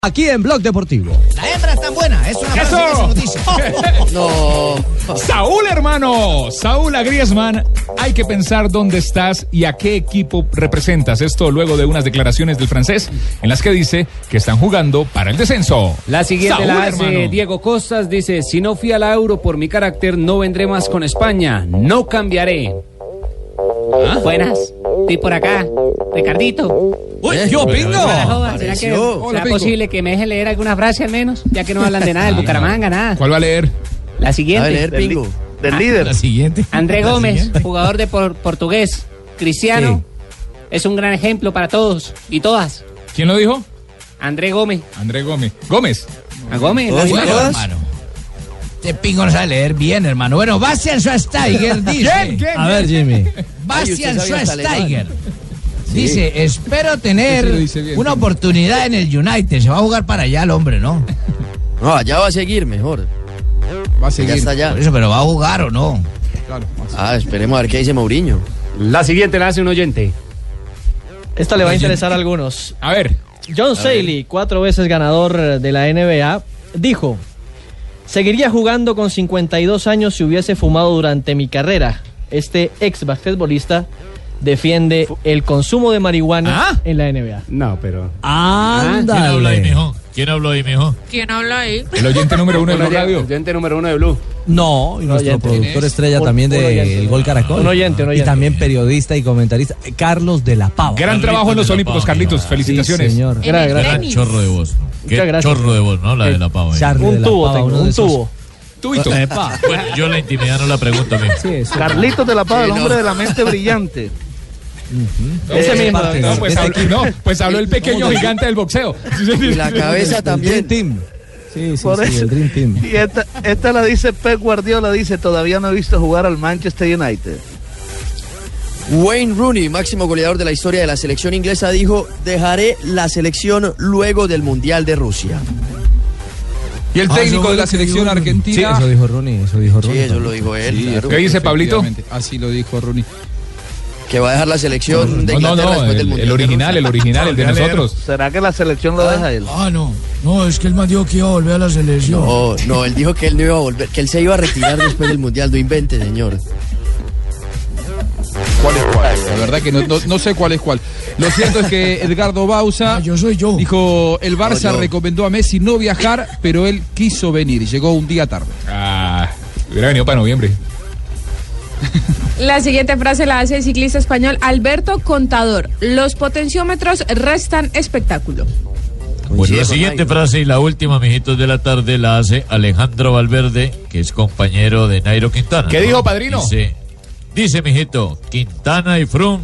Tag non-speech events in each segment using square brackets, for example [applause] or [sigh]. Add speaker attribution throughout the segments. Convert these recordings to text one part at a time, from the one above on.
Speaker 1: Aquí en Blog Deportivo.
Speaker 2: La hembra es tan buena, es una frase que se
Speaker 3: ¡Eso!
Speaker 2: nos dice.
Speaker 3: no. Saúl, hermano. Saúl a Griezmann. Hay que pensar dónde estás y a qué equipo representas. Esto luego de unas declaraciones del francés en las que dice que están jugando para el descenso.
Speaker 4: La siguiente
Speaker 3: Saúl,
Speaker 4: la hace
Speaker 3: hermano.
Speaker 4: Diego Costas, dice, si no fui a la Euro por mi carácter, no vendré más con España, no cambiaré.
Speaker 5: Ah, Buenas, estoy por acá. Ricardito,
Speaker 3: Oh,
Speaker 1: ¡Uy, yo, pingo!
Speaker 5: Hola, ¿será que
Speaker 2: apareció.
Speaker 5: será posible que me deje leer alguna frase al menos? Ya que no hablan de
Speaker 3: [laughs]
Speaker 5: nada del Bucaramanga, nada.
Speaker 3: ¿Cuál va a leer?
Speaker 5: La siguiente.
Speaker 6: del, li- del líder.
Speaker 3: La siguiente.
Speaker 5: André
Speaker 3: La
Speaker 5: Gómez,
Speaker 3: siguiente.
Speaker 5: jugador de por- portugués, cristiano, es un gran ejemplo para todos y todas.
Speaker 3: ¿Quién lo dijo?
Speaker 5: André Gómez.
Speaker 3: André Gómez. Gómez.
Speaker 5: A Gómez.
Speaker 2: Uy,
Speaker 5: la-
Speaker 2: bueno, hermano. Este pingo no sabe leer bien, hermano. Bueno, Bastian
Speaker 3: [laughs]
Speaker 2: Schweinsteiger dice.
Speaker 1: A ver, Jimmy.
Speaker 2: Bastian
Speaker 6: Ay, usted sabe hasta
Speaker 2: Schweinsteiger. Dice, espero tener
Speaker 3: Eso lo dice bien,
Speaker 2: una
Speaker 3: Jimmy.
Speaker 2: oportunidad en el United. Se va a jugar para allá el hombre, ¿no?
Speaker 6: No, allá va a seguir mejor.
Speaker 3: Va a
Speaker 6: Ya está allá.
Speaker 2: Por eso, pero va a jugar o no.
Speaker 6: Ah, esperemos a ver qué dice Mourinho.
Speaker 4: La siguiente la hace un oyente.
Speaker 7: Esta le va a interesar a algunos.
Speaker 3: A ver.
Speaker 7: John Saley, cuatro veces ganador eh, de la NBA, dijo, seguiría jugando con 52 años si hubiese fumado durante mi carrera. Este ex basquetbolista defiende el consumo de marihuana
Speaker 1: ¿Ah?
Speaker 7: en la NBA.
Speaker 4: No, pero...
Speaker 2: Ah,
Speaker 1: Ándale.
Speaker 8: ¿Quién habló ahí, mijo?
Speaker 9: ¿Quién habla ahí?
Speaker 3: El oyente número uno de la
Speaker 4: Oye-
Speaker 3: radio.
Speaker 4: Oyente número uno de Blue.
Speaker 1: No, y nuestro
Speaker 7: oyente.
Speaker 1: productor estrella
Speaker 7: Un-
Speaker 1: también
Speaker 7: un oyente.
Speaker 1: de El Gol Caracol.
Speaker 7: Un oyente, un oyente.
Speaker 1: Y también periodista y comentarista, eh, Carlos de la Pava.
Speaker 3: Gran trabajo en los Olímpicos, Carlitos. Felicitaciones.
Speaker 1: Sí, señor.
Speaker 8: Eh,
Speaker 7: Gra- gra-
Speaker 8: Gran
Speaker 9: Tenis.
Speaker 8: chorro de voz. Qué
Speaker 7: Muchas gracias.
Speaker 8: chorro de voz, ¿no? La de la pava. ahí.
Speaker 1: Charlie de
Speaker 7: Un
Speaker 1: la
Speaker 7: tubo
Speaker 1: Pava,
Speaker 7: tengo,
Speaker 1: uno de
Speaker 7: un
Speaker 1: esos-
Speaker 7: tubo.
Speaker 3: Tubito.
Speaker 8: Bueno, yo la intimidad no la pregunto a mí.
Speaker 1: Sí, eso.
Speaker 6: Carlitos de la Paz, el hombre de la mente brillante.
Speaker 7: Ese mismo.
Speaker 1: parte,
Speaker 3: No, pues
Speaker 1: este
Speaker 3: habló,
Speaker 1: equipo.
Speaker 3: no, pues habló el pequeño gigante
Speaker 10: [laughs]
Speaker 3: del boxeo.
Speaker 6: Y la
Speaker 1: [laughs]
Speaker 6: cabeza
Speaker 1: El Dream
Speaker 6: también.
Speaker 1: Team. Sí, sí,
Speaker 11: Por
Speaker 1: sí,
Speaker 11: eso.
Speaker 1: el Dream Team.
Speaker 11: Y esta, esta la dice Pep Guardiola, dice, todavía no he visto jugar al Manchester United.
Speaker 6: Wayne Rooney, máximo goleador de la historia de la selección inglesa, dijo, dejaré la selección luego del Mundial de Rusia.
Speaker 10: Y el
Speaker 1: Ah, eso
Speaker 10: técnico
Speaker 1: fue
Speaker 10: de
Speaker 1: lo
Speaker 10: la
Speaker 1: que
Speaker 10: selección
Speaker 1: dijo-
Speaker 10: argentina.
Speaker 1: Sí, eso dijo Rooney, eso dijo Rooney.
Speaker 6: Sí, eso lo dijo él.
Speaker 10: Sí,
Speaker 6: claro.
Speaker 3: ¿Qué dice Pablito?
Speaker 10: efectivamente, Así lo dijo Rooney.
Speaker 6: Que va a dejar la selección de
Speaker 3: No, no,
Speaker 6: Inglaterra
Speaker 3: no,
Speaker 6: después del
Speaker 3: el,
Speaker 6: Mundial.
Speaker 3: el
Speaker 6: de
Speaker 3: original,
Speaker 6: Rusia.
Speaker 3: el original, el de nosotros.
Speaker 11: ¿Será que la selección lo deja él?
Speaker 8: Ah, no. No, es que el más dijo que iba a volver a la selección.
Speaker 6: No, Oh, no, él dijo que él no iba a volver, que él se iba a retirar después del Mundial. No invente, señor.
Speaker 10: ¿Cuál es cuál? La verdad que no, no- no sé cuál es cuál. Lo cierto es
Speaker 3: [laughs]
Speaker 10: que Edgardo Bausa
Speaker 8: yo soy yo.
Speaker 10: dijo, el Barça
Speaker 6: No, yo.
Speaker 10: recomendó a Messi no viajar, pero él quiso venir. Llegó un día tarde.
Speaker 3: Ah, hubiera venido para noviembre.
Speaker 9: La siguiente frase la hace el ciclista español Alberto Contador. Los potenciómetros restan espectáculo.
Speaker 8: Bueno,
Speaker 6: Coincide
Speaker 8: la
Speaker 6: con
Speaker 8: siguiente
Speaker 6: Jaime.
Speaker 8: frase y la última, mijitos de la tarde, la hace Alejandro Valverde, que es compañero de Nairo Quintana.
Speaker 3: ¿Qué dijo, padrino?
Speaker 8: Dice, dice, mijito, Quintana y Froome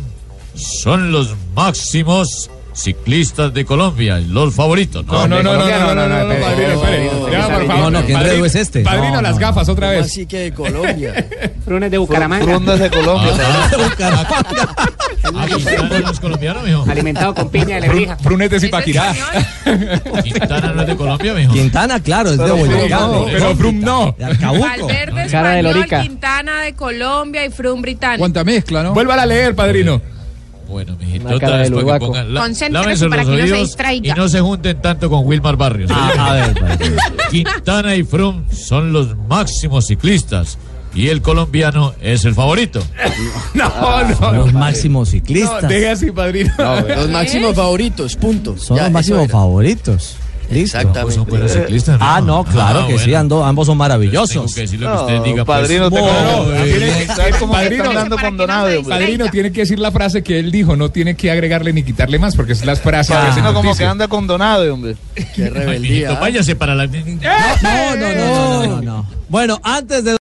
Speaker 8: son los máximos ciclistas de Colombia, los favoritos.
Speaker 3: No, no, no, no, no, no, no, no, no, padrino, espere. No, por favor.
Speaker 1: No, no, ¿qué
Speaker 3: Padrino,
Speaker 1: enredo es este?
Speaker 3: Padrino,
Speaker 1: No,
Speaker 3: las
Speaker 1: no,
Speaker 3: gafas otra
Speaker 6: ¿Cómo
Speaker 3: vez.
Speaker 6: Así que de Colombia.
Speaker 5: Frunes de Bucaramanga.
Speaker 11: Rondas de Colombia.
Speaker 8: Ah, [laughs] ah, Quintana no es colombiano, mijo.
Speaker 5: Alimentado con piña
Speaker 4: [laughs]
Speaker 5: de lebrija.
Speaker 3: Prunete y Paquirá.
Speaker 8: Quintana no es de Colombia, mijo.
Speaker 1: Quintana, claro, es de Boyacá.
Speaker 3: Pero pero Frum no.
Speaker 1: De Arcabuco.
Speaker 9: Valverde
Speaker 7: Cara de
Speaker 9: español,
Speaker 7: lorica.
Speaker 9: Quintana de Colombia y Frum británico.
Speaker 10: Cuánta mezcla, ¿no?
Speaker 3: Vuelva a leer, padrino.
Speaker 8: Bueno, mijito,
Speaker 7: Una
Speaker 8: otra
Speaker 7: cara
Speaker 8: vez
Speaker 7: de
Speaker 8: para que
Speaker 7: lubaco.
Speaker 8: pongan... la-
Speaker 9: Concéntrese
Speaker 8: lávense
Speaker 9: para
Speaker 8: los
Speaker 9: que no se
Speaker 8: oídos
Speaker 9: distraiga.
Speaker 8: y no se junten tanto con Wilmar Barrios.
Speaker 1: Ah, a ver, padre.
Speaker 8: Quintana y Froome son los máximos ciclistas y el colombiano es el favorito.
Speaker 3: No, no, no.
Speaker 1: los máximos
Speaker 3: No,
Speaker 1: ciclistas.
Speaker 3: deje así, padrino.
Speaker 6: Los máximos favoritos, punto.
Speaker 1: Son
Speaker 6: Ya,
Speaker 1: los
Speaker 6: eso
Speaker 1: máximos
Speaker 6: era.
Speaker 1: favoritos. Listo.
Speaker 8: Ambos
Speaker 6: Exactamente.
Speaker 8: Pues son buenos ciclistas.
Speaker 1: Ah, no, claro
Speaker 8: Ah,
Speaker 1: que
Speaker 8: bueno.
Speaker 1: sí, ando- ambos son
Speaker 8: Tengo
Speaker 1: maravillosos.
Speaker 8: que decir lo que
Speaker 11: No,
Speaker 8: usted diga. pues.
Speaker 11: padrino, te
Speaker 3: No, no,
Speaker 11: conozco.
Speaker 3: tiene-
Speaker 11: ¿Sabes cómo me
Speaker 3: Padrino,
Speaker 11: está hablando
Speaker 9: para
Speaker 11: con
Speaker 9: que no
Speaker 11: Donave,
Speaker 9: se
Speaker 11: güey?
Speaker 3: Padrino tiene que decir la frase que él dijo, no tiene que agregarle ni quitarle más, porque es la frase Ah. que se
Speaker 11: Padrino como que
Speaker 3: noticia.
Speaker 11: anda con Donave, hombre.
Speaker 6: Qué [laughs]
Speaker 8: Ay, mijito,
Speaker 11: ¿eh?
Speaker 6: rebeldía. ¿ah?
Speaker 8: váyase para la...
Speaker 1: No, no, no, no, no, no. Bueno, antes de